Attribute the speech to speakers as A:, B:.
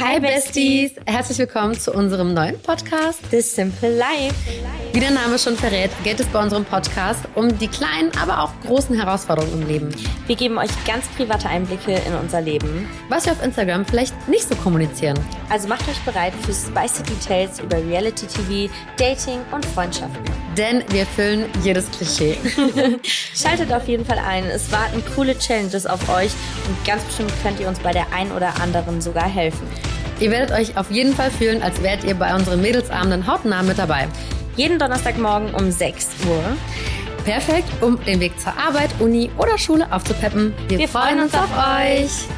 A: Hi Besties! Herzlich willkommen zu unserem neuen Podcast.
B: This Simple Life.
A: Wie der Name schon verrät, geht es bei unserem Podcast um die kleinen, aber auch großen Herausforderungen im Leben.
B: Wir geben euch ganz private Einblicke in unser Leben.
A: Was wir auf Instagram vielleicht nicht so kommunizieren.
B: Also macht euch bereit für spicy Details über Reality TV, Dating und Freundschaften.
A: Denn wir füllen jedes Klischee.
B: Schaltet auf jeden Fall ein. Es warten coole Challenges auf euch und ganz bestimmt könnt ihr uns bei der einen oder anderen sogar helfen.
A: Ihr werdet euch auf jeden Fall fühlen, als wärt ihr bei unseren Mädelsabenden hautnah mit dabei.
B: Jeden Donnerstagmorgen um 6 Uhr.
A: Perfekt, um den Weg zur Arbeit, Uni oder Schule aufzupeppen. Wir, freuen uns auf euch.